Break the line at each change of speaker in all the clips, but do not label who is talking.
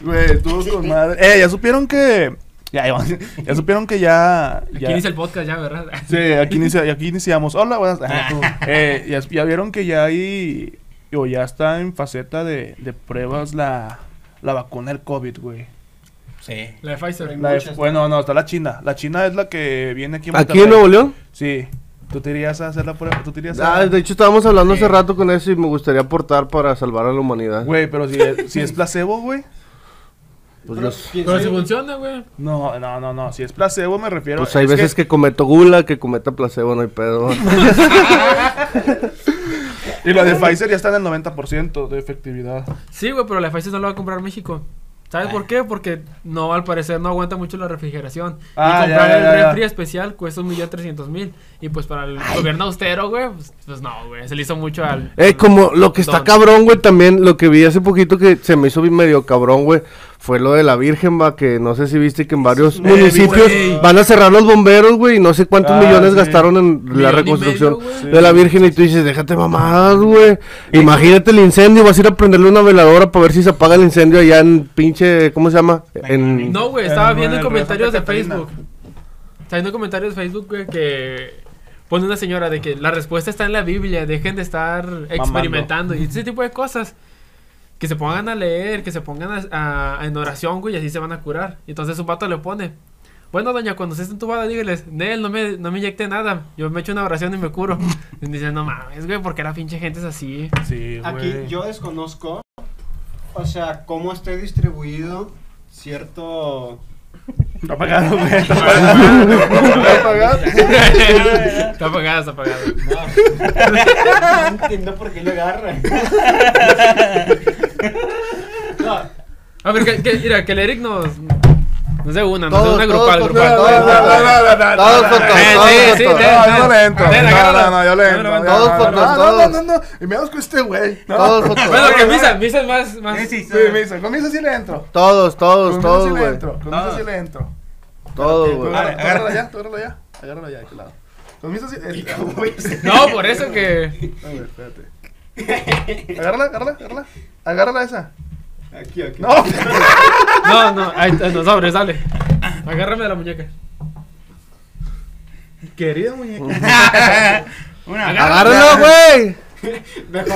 Güey, estuvo con madre. Eh, ya supieron que. Ya, ya, ya supieron que ya.
Aquí
ya-
inicia el podcast ya, ¿verdad?
Sí, aquí, inicia- aquí iniciamos. Hola, buenas. Ah, tú. Eh, ya, ya vieron que ya hay. O ya está en faceta de, de pruebas la, la vacuna del COVID, güey.
Sí.
La de Pfizer.
La de- bueno, no, está la China. La China es la que viene aquí en
¿Aquí
Monterrey.
en Nuevo León?
Sí. ¿Tú te irías a hacer la prueba? ¿Tú te irías a...?
Ah, de hecho, estábamos hablando
Sí.
hace rato con eso y me gustaría aportar para salvar a la humanidad.
Güey, pero si es, si es placebo, güey.
Pues, los-
Pero si funciona, güey.
No, no, no, no. Si es placebo me refiero...
pues hay
es
veces que... cometo gula, que cometa placebo, no hay pedo.
Y la de Pfizer ya está en el 90% de efectividad.
Sí, güey, pero la de Pfizer no la va a comprar México. ¿Sabes
Ah.
por qué? Porque no, al parecer, no aguanta mucho la refrigeración.
Ah,
y comprar
ya, ya, ya,
el
ya.
refri especial cuesta un millón trescientos mil. Y pues para el gobierno austero, güey, pues, pues no, güey. Se le hizo mucho al.
Eh, como lo que está
Don.
cabrón, güey, también, lo que vi hace poquito que se me hizo bien medio cabrón, güey, fue lo de la Virgen, va, que no sé si viste que en varios
Eh,
municipios
güey.
van a cerrar los bomberos, güey, y no sé cuántos
Ah,
millones
sí.
gastaron en la
Millón y
reconstrucción
medio, güey.
de la Virgen, y tú dices, déjate mamadas, güey, imagínate el incendio, vas a ir a prenderle una veladora para ver si se apaga el incendio allá en pinche, ¿cómo se llama? En...
No, güey,
Eh,
estaba
no,
viendo en
el
comentarios de
Santa Catarina.
Facebook. Está viendo comentarios de Facebook, güey, que pone una señora de que la respuesta está en la Biblia, dejen de estar experimentando y ese tipo de cosas. Que se pongan a leer, que se pongan a, a- en oración, güey, y así se van a curar. Y entonces su pato le pone. Bueno, doña, cuando estés entubada, dígales, Nel, no me, no me inyecte nada. Yo me echo una oración y me curo. Y dice, no mames, güey, porque la pinche gente es así.
Sí, güey.
Aquí yo desconozco, o sea, cómo esté distribuido cierto...
Está apagado, güey. Está
está apagado, está apagado.
No entiendo por qué lo agarran. No,
A ver, que, que- mira, que el Eric nos. No sé, una, no sé,
Todos,
una
todos,
grupal,
todos,
grupal. Eh,
todos,
No, no, no, no, no,
Todos
no,
fotos,
no,
todos
sí, sí,
fotos.
sí, No, yo le entro.
Ven,
No,
agárralo.
no, no, yo le entro.
Todos
yo-
fotos,
no, No,
todos.
no, no, no. Y me das con este güey. No.
Todos, fotos.
Bueno, que misa, misa es más. más...
Sí, me dice, con eso sí le entro.
Todos, todos,
Con eso
todos,
sí le
güey,
entro. Con
Todos.
eso sí le entro.
todos, güey.
Agárralo
Agarra,
agárralo ya, tú agárralo ya. Agárralo ya, de qué lado. Con eso sí. eh,
No, por eso que.
A ver, espérate. Agárrala, agárrala, agárrala. Agárrala esa.
Aquí, aquí.
No.
No, no, ahí está, no, sobre, sale. Agárrame de la muñeca.
Querida muñeca.
Una.
Agárralo, güey.
Mejor.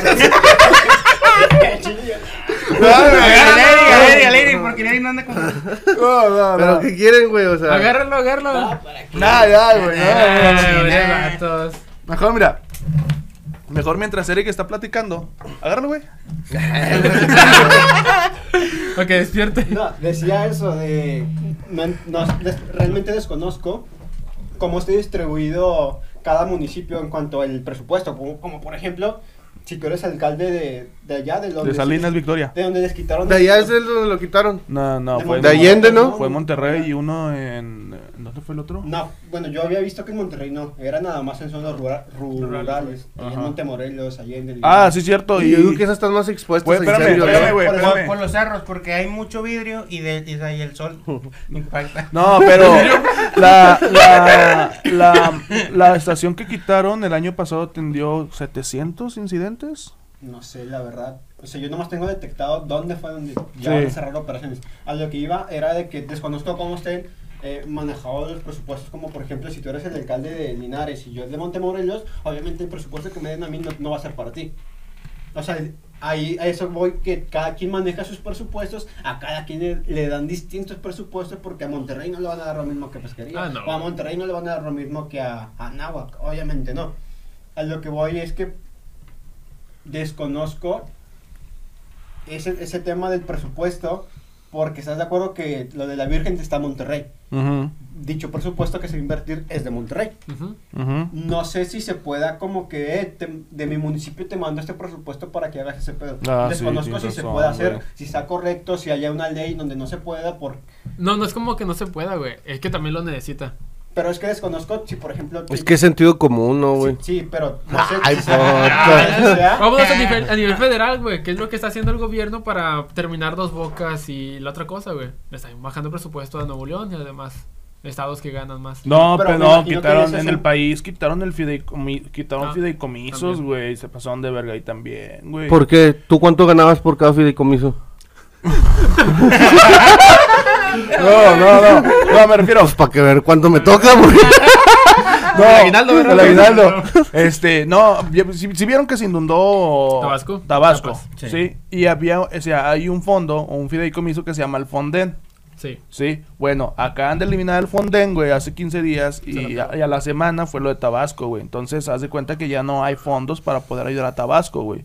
Aleri, Aleri, Aleri, porque Aleri no anda con...
No, no,
Pero
no.
¿qué quieren, güey? O sea,
Agárralo, agárralo.
Nah, ya, güey. no.
Ay, güey,
chile.
vatos.
Mejor, mira. Mejor mientras Eric está platicando. Agárralo, güey.
Ok, despierte.
No, decía eso de. no- no- des- realmente desconozco cómo esté distribuido cada municipio en cuanto al presupuesto. Como, como, por ejemplo, si tú eres alcalde de, de allá, de donde.
De Salinas, Victoria.
De donde les quitaron.
de allá es el donde lo quitaron.
No, no,
de
fue
De
Monterrey,
Allende, ¿no?
Fue en Monterrey y uno en. ¿en ¿Dónde fue el otro?
No, bueno, yo había visto que en Monterrey no, era nada más en zonas rura- rurales, allá
Ajá.
en Montemorelos, Allende.
Ah, sí, cierto.
Y yo digo
Y,
que esas están más expuestas
Güey,
a
espérame,
incendios,
espérame,
¿no?
güey,
Por-
Por,
espérame.
por los cerros, porque hay mucho vidrio y, de, y ahí el sol impacta.
No, pero la, la, la, la estación que quitaron el año pasado atendió 700 incidentes.
No sé, la verdad. O sea, yo nomás tengo detectado dónde fue donde
Sí.
ya van a cerrar operaciones. A lo que iba era de que desconozco cómo estén eh, manejados los presupuestos, como por ejemplo, si tú eres el alcalde de Linares y yo el de Montemorelos, obviamente el presupuesto que me den a mí no, no va a ser para ti. O sea, ahí a eso voy, que cada quien maneja sus presupuestos, a cada quien le, le dan distintos presupuestos, porque a Monterrey no le van a dar lo mismo que a Pesquería,
Ah, no.
o a Monterrey no le van a dar lo mismo que a, a Nahuac, obviamente no. A lo que voy es que desconozco ese, ese tema del presupuesto, porque estás de acuerdo que lo de la Virgen está en Monterrey. Dicho presupuesto que se va a invertir es de Monterrey.
Ujú.
Ujú.
No sé si se pueda como que eh, te- de mi municipio te mando este presupuesto para que hagas ese pedo.
Ah, sí,
Desconozco
tienes
si se
razón,
puede hacer,
güey.
si está correcto, si haya una ley donde no se pueda por...
No, no es como que no se pueda, güey. Es que también lo necesita.
Pero es que desconozco si por ejemplo...
Es
si-
que es sentido común, ¿no, güey?
sí, sí, pero no sé
Ay,
si sea-
puta.
o sea,
Vámonos a nivel, a nivel federal, güey. ¿Qué es lo que está haciendo el gobierno para terminar dos bocas y la otra cosa, güey? Le están bajando el presupuesto a Nuevo León y además estados que ganan más.
No,
Pero
pero,
me
no,
imagino que
quitaron
ellos
en
hacen-
el país, quitaron el fideicomi- quitaron
Ah,
fideicomisos,
también.
güey, se pasaron de verga ahí también, güey.
¿Por qué? ¿Tú cuánto ganabas por cada fideicomiso?
No, no, no. No, me refiero.
pues, Para que ver cuánto me toca, güey.
No,
El aguinaldo, ¿verdad?
Ah, el aguinaldo. Este, no, ya- si, si vieron que se inundó
Tabasco. Ah, pues,
Tabasco,
Sí.
sí. Y había, o sea, hay un fondo o un fideicomiso que se llama el Fonden,
Sí.
¿sí? Bueno, acaban de eliminar el Fonden, güey, hace 15 días y a, y a la semana fue lo de Tabasco, güey. Entonces, haz de cuenta que ya no hay fondos para poder ayudar a Tabasco, güey.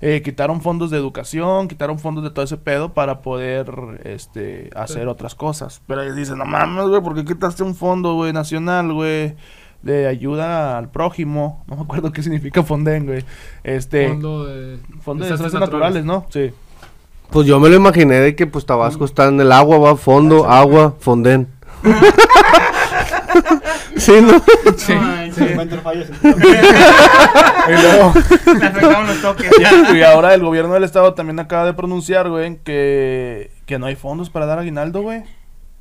Eh, quitaron fondos de educación, quitaron fondos de todo ese pedo para poder este, hacer otras cosas. Pero ellos dicen, no mames, güey, ¿por qué quitaste un fondo, güey, nacional, güey? De ayuda al prójimo. No me acuerdo qué significa Fonden, güey. Este, fondo,
Fondo de,
de desastres naturales, ¿no? Sí.
Pues yo me lo imaginé de que pues Tabasco está en el agua, va, fondo, agua, fondén. sí, ¿no?
Sí.
Se encuentran fallas.
Y luego-
Me afectaron los toques.
Y ahora el gobierno del estado también acaba de pronunciar, güey, que, que no hay fondos para dar aguinaldo, güey.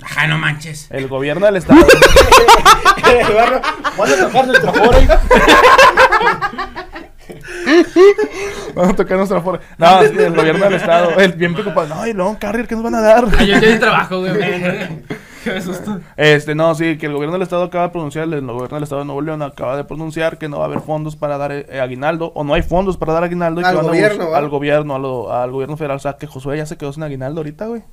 Ajá, no manches.
El gobierno del estado.
El barrio, Van a tocar nuestro foro.
Vamos a tocar nuestra forma. No, sí, el gobierno del estado. El bien preocupado. No, y luego, Carrier, ¿qué nos van a dar?
Ay, yo tengo trabajo, güey. me- Qué me asustó.
Este, no, sí, que el gobierno del estado acaba de pronunciar, el gobierno del estado de Nuevo León acaba de pronunciar que no va a haber fondos para dar eh, aguinaldo, o no hay fondos para dar aguinaldo. y que
Al
van a bus-
gobierno, ¿va?
Al gobierno, a lo- al gobierno federal. O sea, que Josué ya se quedó sin aguinaldo ahorita, güey.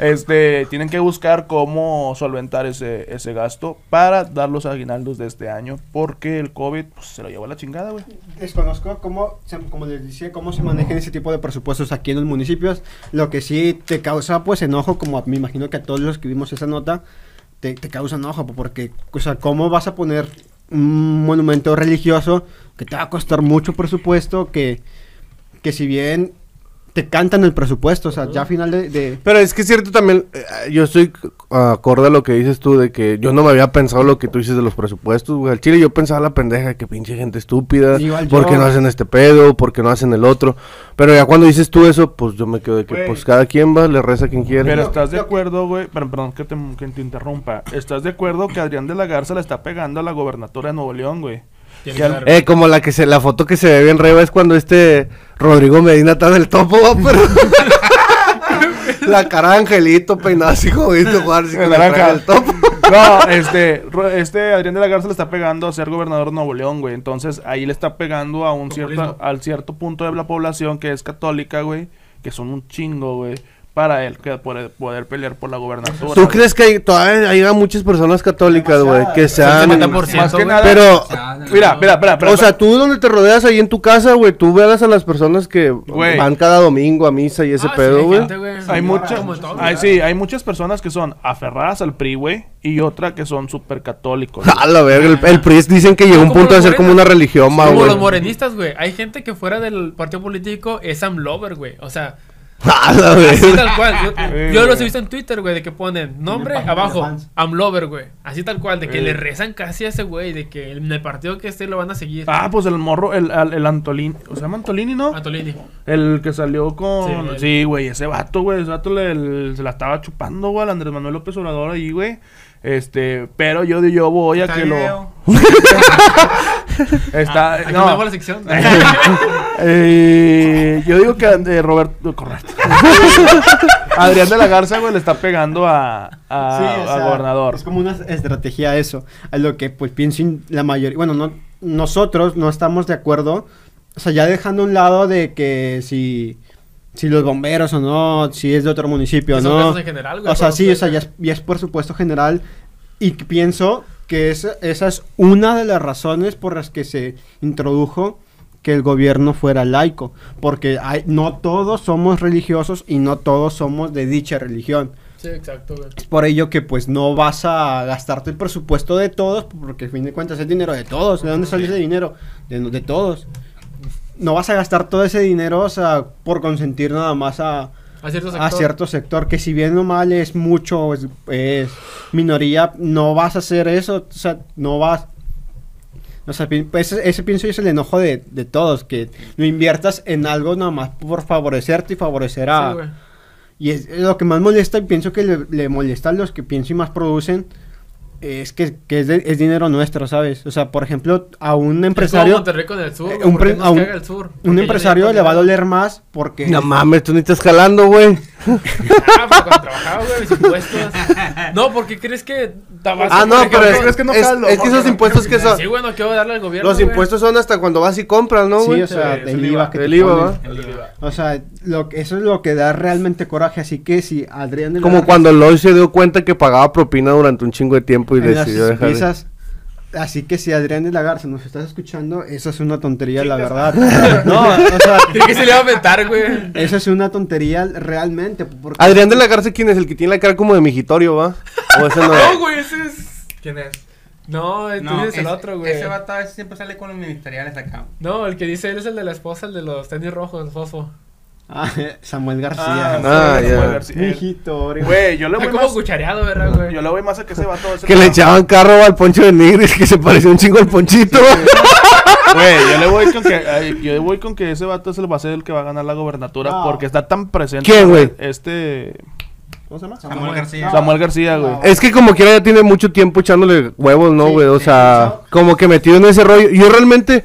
Este, tienen que buscar cómo solventar ese, ese gasto para dar los aguinaldos de este año, porque el COVID pues, se lo llevó a la chingada, güey.
Desconozco cómo, se- como les decía, cómo se manejan ese tipo de presupuestos aquí en los municipios. Lo que sí te causa, pues, enojo, como a- me imagino que a todos los que vimos esa nota, te, te causa enojo, porque, o sea, ¿cómo vas a poner un monumento religioso que te va a costar mucho presupuesto, que, que si bien te cantan el presupuesto, o sea, ya a final de... de-
Pero es que es cierto también, eh, yo estoy c- acorde a lo que dices tú, de que yo no me había pensado lo que tú dices de los presupuestos, güey. Al Chile yo pensaba la pendeja, que pinche gente estúpida,
Igual yo.
porque no hacen este pedo, porque no hacen el otro. Pero ya cuando dices tú eso, pues yo me quedo de que
Güey.
pues cada quien va, le reza a quien quiere.
Pero
Lo-
estás de
lo que-
acuerdo, güey. Perdón, perdón que, te, que te interrumpa. ¿Estás de acuerdo que Adrián de la Garza le está pegando a la gobernatura de Nuevo León, güey?
Tiene
Que al-
que dar-
Eh, como la que se, la foto que se ve bien reba es cuando este Rodrigo Medina está en el topo, va, pero la cara de angelito peinada así como viste jugar así
El
con la
naranja.
cara del topo.
No, este, ro- este Adrián de la Garza le está pegando a ser gobernador de Nuevo León, güey. Entonces ahí le está pegando a un cierto,
Populismo.
al cierto punto de la población que es católica, güey, que son un chingo, güey, para él que poder, poder pelear por la gobernatura.
¿Tú
güey.
crees que hay, todavía hay a muchas personas católicas, güey, que
Son
sean...
70%,
Más que
güey.
nada.
Pero,
Mira, mira, mira, mira,
o sea, tú donde te rodeas ahí en tu casa, güey, tú veas a las personas que
Güey.
van cada domingo a misa y ese
Ah, sí,
pedo,
hay
güey.
gente,
hay muchas,
Como en todo,
hay,
¿verdad?
sí, hay muchas personas que son aferradas al PRI, güey, y otra que son súper católicos. güey.
A la verga, el, el PRI dicen que llegó a un
Como
punto de
los
ser como una
morenos.
religión, va,
Como
güey.
los morenistas, güey. Hay gente que fuera del partido político es Sam Lover, güey. O sea,
A la
Así
verga.
tal cual. Yo,
Sí,
yo
güey.
los he visto en Twitter, güey, de que ponen nombre
página de
abajo,
fans.
I'm lover, güey. Así tal cual, de que
Sí.
le rezan casi a ese güey, de que en el partido que esté lo van a seguir.
Ah, pues el morro, el, al- el Antolini, o sea, Antolini, ¿no?
Antolini.
El que salió
Sí,
con.
el-
Sí, güey, ese vato, güey. Ese vato le- el- se la estaba chupando, güey, al Andrés Manuel López Obrador ahí, güey. Este, pero yo, yo voy a
Está
que
el
lo.
video.
Está.
Ah, Aquí me hago
Ah, no.
la sección.
Eh, yo digo que eh, Roberto. Correcto. Adrián de la Garza, güey, le está pegando a, a,
Sí, o
a
sea,
gobernador.
Es como una estrategia eso. A lo que pues pienso in- la mayoría. Bueno, no, nosotros no estamos de acuerdo. O sea, ya dejando a un lado de que si, si los bomberos o no, si es de otro municipio o
Esos
no.
casos en general, güey,
o sea,
pero-
sí, o sea, ya es, ya es por supuesto general. Y que pienso que esa, esa es una de las razones por las que se introdujo que el gobierno fuera laico. Porque hay- no todos somos religiosos y no todos somos de dicha religión.
Sí, exacto, güey.
Es por ello que pues no vas a gastarte el presupuesto de todos, porque al fin de cuentas es dinero de todos. ¿De dónde sale ese dinero? De, de todos. No vas a gastar todo ese dinero o sea, por consentir nada más a,
A cierto sector.
a Ah, cierto sector, que si bien no mal es mucho, es, es minoría, no vas a hacer eso, o sea, no vas... O sea, pi- pues, ese, ese pienso yo es el enojo de, de todos, que no inviertas en algo nada más por favorecerte y favorecer a,
Sí, güey.
y es es lo que más molesta y pienso que le, le molesta a los que pienso y más producen es que, que es, de- es dinero nuestro, ¿sabes? O sea, por ejemplo, a un
Empresario.
empresario,
Monterrey con el sur.
Eh,
güey,
un
¿por qué
pre-
nos
a un-
caga el sur? Porque
un
ya
empresario
nadie
le va a
puede-
doler más porque...
No mames, tú ni estás jalando, güey.
Ah, pues cuando trabajaba, güey, mis impuestos. No, porque crees que Tabasco.
Ah, no,
por
pero
ejemplo, Pues
es,
es que no
es-
jalo,
es que
porque
esos
no
impuestos que son.
Sí, güey, no quiero darle al gobierno.
Los
güey.
impuestos son hasta cuando vas y compras, ¿no,
sí,
güey?
o sea,
Sí,
del
del
IVA
IVA,
que te
del IVA,
ponen.
¿va?
O sea, lo, que- eso es lo que da realmente coraje. Así que si Adrián... de la-
Como cuando Lloyd se dio cuenta que pagaba propina durante un chingo de tiempo y
en las
decidió dejar. de-
pizzas. Así que si Adrián de la Garza nos estás escuchando, eso es una tontería, la verdad. No, o sea,
Creí que se le iba a aventar, güey.
eso es una tontería realmente. porque-
Adrián de la Garza, ¿quién es? El que tiene la cara como de mijitorio, ¿va? O ese no.
No, güey, ese es.
¿Quién es?
No, tú
No,
dices el
ese-
otro, güey.
Ese vato a veces siempre sale con los ministeriales acá.
No, el que dice él es el de la esposa, el de los tenis rojos, el fosfo.
Ah, Samuel
Ah,
García.
Ah,
sí,
ya.
Samuel García.
Mijito, ore-
Güey, yo le voy
Está como
más.
cuchareado, ¿verdad, güey?
Yo le voy más a que se va todo ese
Que le
pedo.
echaban carro al Poncho de Nigris, que se parecía un chingo al Ponchito.
Güey, yo le voy con que ay, yo le voy con que ese vato es el va a ser el que va a ganar la gobernatura
No.
porque está tan presente.
¿Quién, güey?
Este ¿Cómo se llama?
Samuel García.
Samuel García, güey.
es que como quiera ya tiene mucho tiempo echándole huevos, ¿no,
Sí,
güey? O
sí,
sea, como que metido en ese rollo. Yo realmente,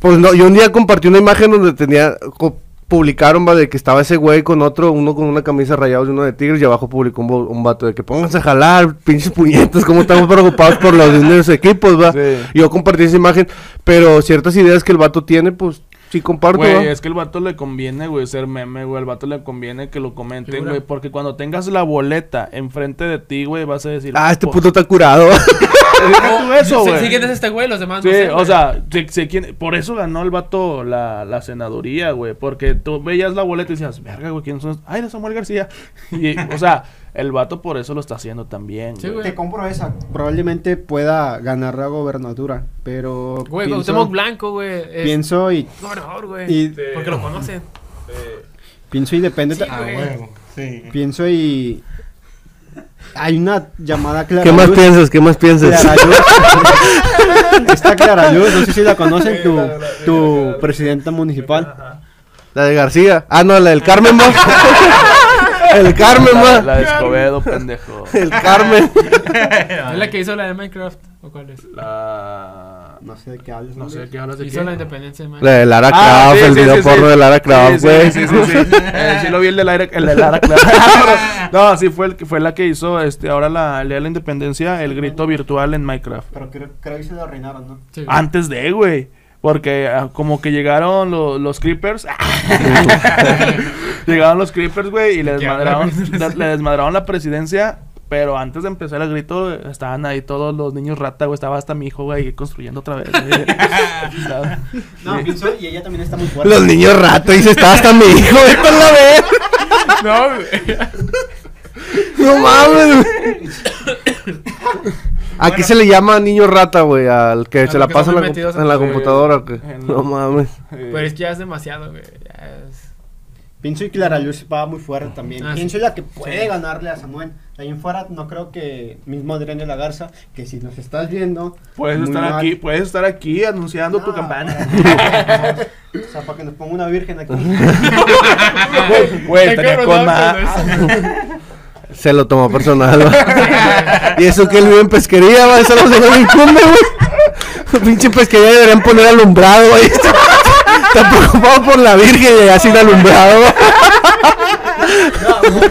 pues no, yo un día compartí una imagen donde tenía, co- publicaron, va, de que estaba ese güey con otro, uno con una camisa rayada y uno de tigres, y abajo publicó un, bo- un vato de que pónganse a jalar, pinches puñetas, cómo estamos preocupados por los dineros de equipos, va.
Sí.
Yo compartí esa imagen, pero ciertas ideas que el vato tiene, pues sí comparto,
Güey,
¿va?
es que el vato le conviene, güey, ser meme, güey. Al vato le conviene que lo comenten,
Figura.
güey. Porque cuando tengas la boleta enfrente de ti, güey, vas a decir.
Ah, este
"Po-
puto está curado.
deja tú eso,
Sí,
güey.
sí, quién es este güey? Los demás
Sí,
no sé,
o
güey.
sea, sé- sé quién- por eso ganó el vato la, la senaduría, güey. Porque tú veías la boleta y decías, verga, güey, ¿quién son? estos? Ay, de Samuel García. Y, o sea, el vato por eso lo está haciendo también.
Sí,
güey.
güey.
Te compro esa. Probablemente pueda ganar la gobernatura, pero
Güey,
pienso,
Cuauhtémoc Blanco, güey.
eh.
es
pienso y
Gobernador,
Y-
güey. Porque lo conocen.
pienso y depende. ta-
Ah, huevo. Sí.
Pienso y hay una llamada clara.
¿Qué más
Luz-
piensas? ¿Qué más piensas?
Clara Luz. Está Clara Luz, no sé si la conocen, tu, tu presidenta municipal.
La de García. Ah, no, la del Carmen, más. El Carmen,
La,
más.
la de Escobedo, pendejo.
El Carmen.
Es la que hizo la de Minecraft. ¿O cuál es?
La...
No sé de qué hablas.
No sé de qué hablas de
Hizo
qué?
la independencia de
La
Minecraft.
de Lara
Ah,
Croft,
sí,
Ah, el
sí,
video
sí,
porno
sí.
de Lara Croft,
Sí,
güey.
Sí, sí, sí, sí. Eh, sí lo vi el de, Lara- el de Lara Croft. no, sí fue, el, que- fue la que hizo este, ahora la, el día de la independencia, el grito virtual en Minecraft.
Pero creo, creo que se lo arruinaron, ¿no?
Sí, güey.
Antes de, güey. Porque ah, como que llegaron lo- los creepers. llegaron los creepers, güey, y le
¿Qué
desmadraron,
hablan?
le- le desmadraron la presidencia. Pero antes de empezar el grito, estaban ahí todos los niños rata, güey. Estaba hasta mi hijo, güey, construyendo otra vez. güey. ¿Sabes?
No, pienso y ella también está muy fuerte.
Los niños rato. Y se está hasta mi hijo. Esto es la vez.
No, güey.
No mames, güey. ¿A qué se le llama niño rata, güey? Al que
A
se
los
la
que
pasa
son
en la,
muy
compu-
metidos
en la
en-
computadora. ¿o qué?
en-
No mames.
Pero es que ya es demasiado, güey. Ya es-
Pienso y Clara Luz va muy fuerte también.
Ah,
Pienso
sí.
y la que puede ganarle a Samuel. De ahí en fuera no creo que mismo Adrián de la Garza, que si nos estás viendo...
Puedes
muy
estar
mal.
aquí, puedes estar aquí anunciando tu
No,
campana.
para- O sea, para que nos ponga una virgen aquí.
Güey, güey,
Está
estaría
cabrón,
con ma-
¿no? Eso.
Se lo tomó personal, ¿va? Y eso que él vive en pesquería, va. Eso no se le incumbe, güey. Pinche pesquería deberían poner alumbrado, güey. Está, está preocupado por la virgen y ya sin alumbrado, va.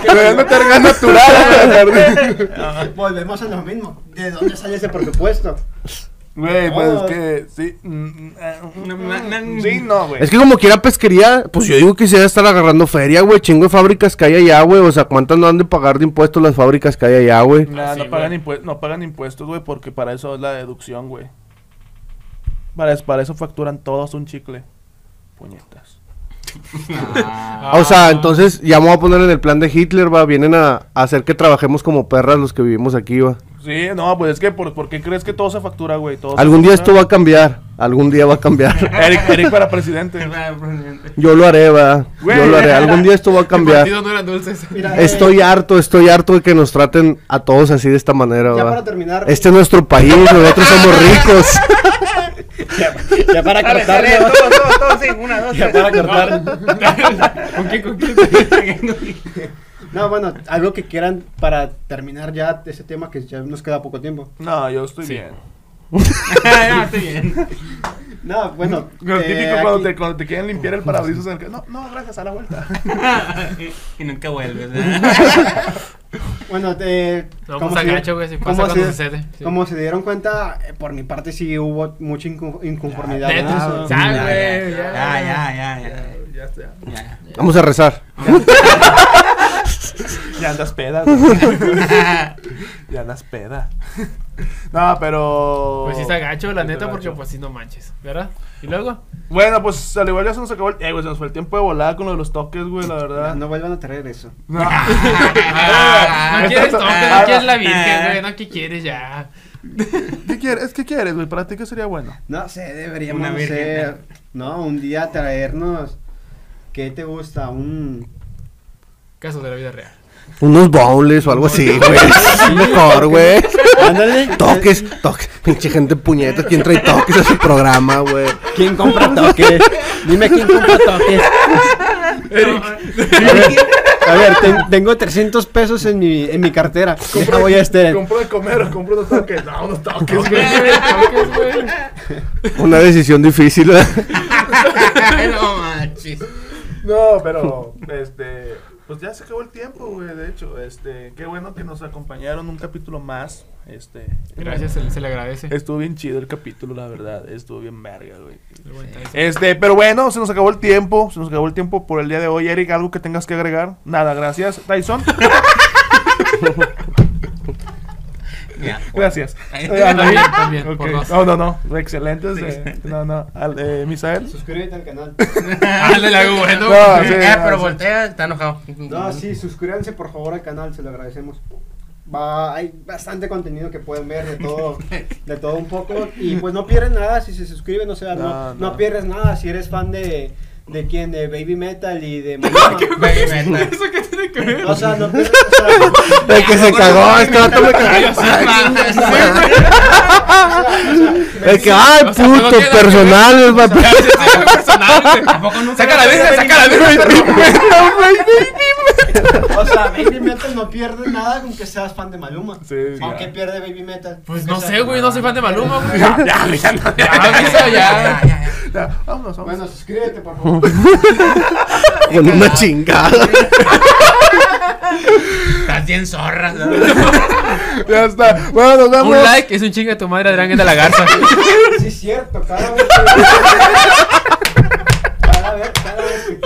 Deberían meter gas natural, güey.
Volvemos a lo mismo. ¿De dónde sale ese presupuesto?
Güey, pues es
Todos.
que sí. mm, mm, ah,
Na- na-
mm,
na-
Sí, no, güey.
Es que como quiera pesquería, pues yo digo que se debe estar agarrando feria, güey. Chingo de fábricas que hay allá, güey. O sea, ¿cuántas no han de pagar de impuestos las fábricas que hay allá, güey?
Nah,
Ah, sí,
no, pagan
güey.
impuestos, no pagan impuestos, güey, porque para eso es la deducción, güey. Para, es- para eso facturan todos un chicle. Puñetas.
O sea, entonces ya me voy a poner en el plan de Hitler, va. Vienen a, a hacer que trabajemos como perras los que vivimos aquí, va.
Sí, no, pues es que, ¿por, por qué crees que todo se factura, güey? Todo se
Algún día esto
factura.
va a cambiar. Algún día va a cambiar.
Eric, Eric para presidente.
Yo lo haré, va. Yo lo haré. Algún día esto va a
El
cambiar.
partido no eran dulces.
Mira, eh,
Estoy harto, estoy harto de que nos traten a todos así de esta manera,
Ya
va.
para terminar.
Este es nuestro país, nosotros somos ricos.
Ya para
Dale,
cortar.
dale, todo, todo, todo, sí, una, dos,
Ya
tres.
para cortar.
¿Con qué? ¿Con qué?
No, bueno, algo que quieran para terminar ya ese tema que ya nos queda poco tiempo.
No, yo estoy bien.
Ya, estoy bien.
No, bueno.
Lo
eh,
típico cuando
aquí-
te, cuando te quieren limpiar el parabrisas en el que, no, no, gracias, a la vuelta.
y nunca vuelves. ¿eh? ¿verdad?
Bueno, te,
No,
como
pues
se-
agacho, güey, si pasa
como
cuando
se-
sucede, sí.
Como se dieron cuenta, eh, por mi parte sí hubo mucha inco- inconformidad.
Ya,
¿no?
Tetris,
O
ya,
sea,
Ah,
Ya,
güey, ya.
Ah, Ya, ya, ya, ya.
Ya, ya,
ya.
Vamos a rezar.
ya andas peda. güey. ya andas peda. No, pero.
Pues sí está gacho, la
Sí está
neta, porque
gacho.
pues sí no manches, ¿verdad? Y luego,
Bueno, pues al igual ya se nos acabó el. Eh, güey, se nos fue el tiempo de volada con lo de los toques, güey, la verdad.
No vuelvan a traer eso.
No.
Ah, no quieres toque, no
Ah,
quieres la virgen, güey, no, ¿qué quieres ya?
¿Qué quieres? ¿Qué quieres, güey? ¿Para ti qué sería bueno?
No sé, deberíamos
Una
no
virgen,
sé, No, un día traernos. ¿Qué te gusta? Un.
Casos de la vida real.
Unos bowls o algo así, güey. Es Mejor, güey.
Ándale.
Toques, toques. Pinche gente puñeta. ¿Quién trae toques a su programa, güey?
¿Quién compra toques? Dime quién compra toques. A ver, a ver, ten- tengo 300 pesos en mi, en mi cartera. Deja, voy a Steren.
Compro de comer o compro unos toques. No, unos toques, güey.
Toques, güey.
Una decisión difícil, ¿eh? ¿verdad?
no manches.
No, pero, este, pues ya se acabó el tiempo, güey, de hecho, este, qué bueno que nos acompañaron un capítulo más, este.
Gracias, se, se le agradece.
Estuvo bien chido el capítulo, la verdad, estuvo bien verga, güey.
El buen Tyson.
Este, pero bueno, se nos acabó el tiempo, se nos acabó el tiempo por el día de hoy, Eric, algo que tengas que agregar. Nada, gracias, Tyson.
Ya.
Gracias.
Ay,
Eh, Ana,
también, también,
ok. Ah,
por dos.
No, no, no, excelentes. eh,
Sí.
no, no, al, eh, Misael.
Suscríbete al canal.
Dale la bueno. Ah,
No, sí,
Eh,
no,
pero
sí.
voltea, está enojado.
No, sí, suscríbanse por favor al canal, se lo agradecemos. Va, hay bastante contenido que pueden ver de todo, de todo un poco. Y pues no pierden nada si se suscriben, o sea, no,
No,
no,
no.
pierdes nada si eres fan de, de quién, de Baby Metal y de Maluma.
Baby metal.
¿Eso qué tiene que ver?
O sea, no pierdes, o sea,
El que se cagó, este vato me cagó. El que, ay,
O sea, no
puto,
tiene nada que
personal, va.
Saca la virgen, saca la virgen.
o sea, Baby Metal no pierdes nada con que seas fan de Maluma.
Sí,
¿O qué
ya.
pierde Baby Metal?
Pues
Que
no
sea-
sé, güey, no soy fan de Maluma, güey.
Ya, ya, ya, no, ya.
Ya, Misa, ya.
Ya, vámonos, vámonos.
Bueno, suscríbete por favor.
Con una chingada.
Estás bien zorra. ¿no?
Ya está. Bueno, nos vemos.
Un like es un chinga tu madre, Adrián, que de la garza.
Sí, es cierto, cada vez que. Cada vez, cada vez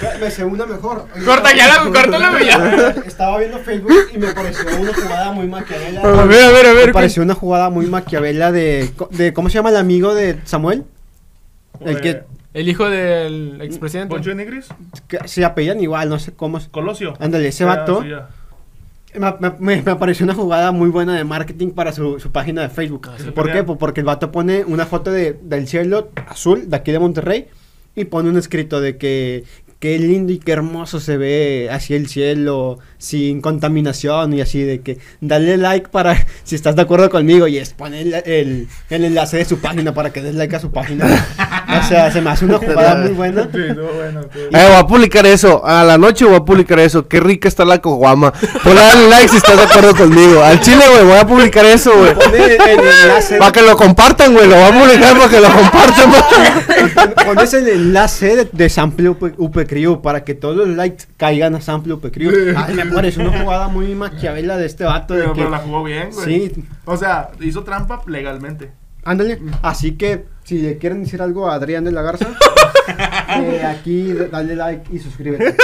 que. Me sé una mejor.
Corta ya la, córtala, güey, ya.
Estaba viendo Facebook y me pareció una jugada muy maquiavela.
A ver, a ver, a
Me
ver.
pareció una jugada muy maquiavela de, de. ¿Cómo se llama el amigo de Samuel? El que,
El hijo del expresidente.
¿Poncho de Nigris?
que se apellan igual, no sé cómo. es.
Colosio.
Ándale, ese
Ya,
vato.
sí, ya.
Me, me- me apareció una jugada muy buena de marketing para su, su página de Facebook.
Ah, sí.
¿Por qué? Pues porque el vato pone una foto de, del cielo azul de aquí de Monterrey y pone un escrito de que qué lindo y qué hermoso se ve así el cielo sin contaminación y así de que dale like para si estás de acuerdo conmigo y es pone el, el- el enlace de su página para que des like a su página. o sea, se me hace una jugada muy buena.
Sí, no, bueno, sí.
Eh, voy a publicar eso. A la noche voy a publicar eso. Qué rica está la coguama. Ponle dale like si estás de acuerdo conmigo. Al chile, güey, voy a publicar eso, güey.
Pone el enlace
Para que lo compartan, güey. Lo voy a publicar para que lo compartan, güey.
Pones el enlace de, de Sample UP, Crew para que todos los likes caigan a Sample UP Crew. Ay, me parece una jugada muy maquiavela de este vato. de
Pero,
que-
pero la jugó bien, güey.
Sí.
O sea, hizo trampa legalmente.
Ándale. Así que si le quieren decir algo a Adrián de la Garza, eh, aquí d- dale like y suscríbete.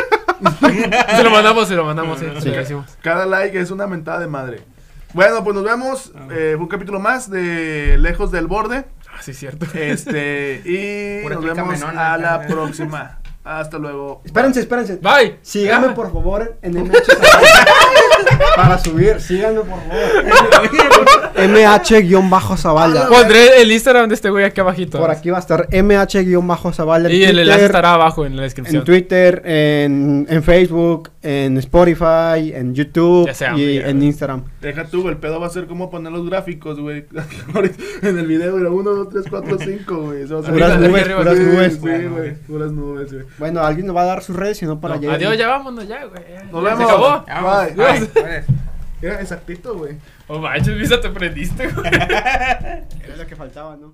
Se lo mandamos, se lo mandamos, sí.
Sí.
se lo hicimos.
Cada like es una mentada de madre. Bueno, pues nos vemos. eh, un capítulo más de Lejos del Borde.
Ah, sí, cierto.
Este, y
Pura
nos
clica
vemos
menona,
a la
eh.
próxima. Hasta luego.
Espérense, espérense.
Bye.
Síganme por favor en el
Para subir, síganlo por favor.
MH-Zavala.
Pondré el Instagram de este güey aquí abajito.
Por aquí va a estar MH-Zavala. en
Y el enlace
Twitter,
estará abajo en la descripción.
En Twitter, en, en Facebook, en Spotify, en YouTube
Ya sea,
y
ya,
en
güey.
Instagram.
Deja tú, güey, el pedo va a ser cómo poner los gráficos, güey. Ahorita, en el video era 1, 2, 3, 4, 5, güey. Eso va a ser-
Puras
Arriba,
nubes,
arriba,
puras
Sí,
nubes.
Sí, güey. Puras nubes, güey.
Bueno, alguien nos va a dar sus redes, sino para
No,
allá.
adiós, ya vámonos ya, güey.
Nos
Ya
vemos.
Se acabó.
Ya vamos.
Bye.
Ay, pues.
Era exactito, güey.
Oh, manches, Misa, te prendiste, güey.
Era lo que faltaba, ¿no?